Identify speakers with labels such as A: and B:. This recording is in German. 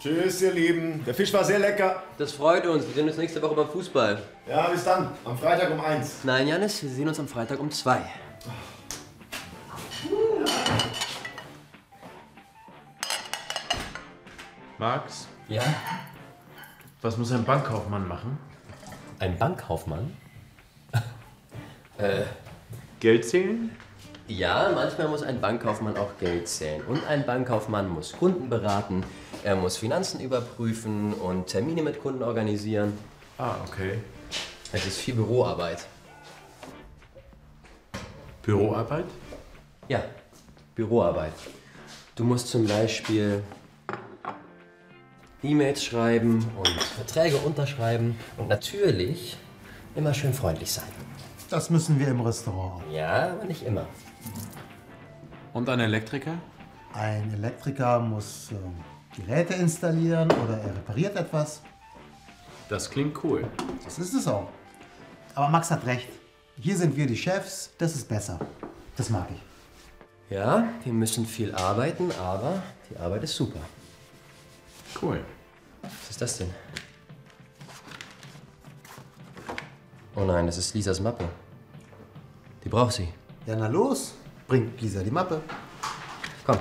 A: Tschüss, ihr Lieben. Der Fisch war sehr lecker.
B: Das freut uns. Wir sehen uns nächste Woche beim Fußball.
A: Ja, bis dann. Am Freitag um eins.
B: Nein, Janis, wir sehen uns am Freitag um zwei.
C: Max,
D: Ja?
C: was muss ein Bankkaufmann machen?
D: Ein Bankkaufmann?
C: Geld zählen?
B: Ja, manchmal muss ein Bankkaufmann auch Geld zählen. Und ein Bankkaufmann muss Kunden beraten, er muss Finanzen überprüfen und Termine mit Kunden organisieren.
C: Ah, okay.
B: Es ist viel Büroarbeit.
C: Büroarbeit?
B: Ja, Büroarbeit. Du musst zum Beispiel E-Mails schreiben und Verträge unterschreiben und natürlich immer schön freundlich sein.
E: Das müssen wir im Restaurant.
B: Ja, aber nicht immer.
C: Und ein Elektriker?
E: Ein Elektriker muss ähm, Geräte installieren oder er repariert etwas.
C: Das klingt cool.
E: Das ist es auch. Aber Max hat recht. Hier sind wir die Chefs. Das ist besser. Das mag ich.
B: Ja, wir müssen viel arbeiten, aber die Arbeit ist super.
C: Cool.
B: Was ist das denn? Oh nein, das ist Lisas Mappe. Die braucht sie.
E: Ja, na los. Bringt Lisa die Mappe.
B: Komm,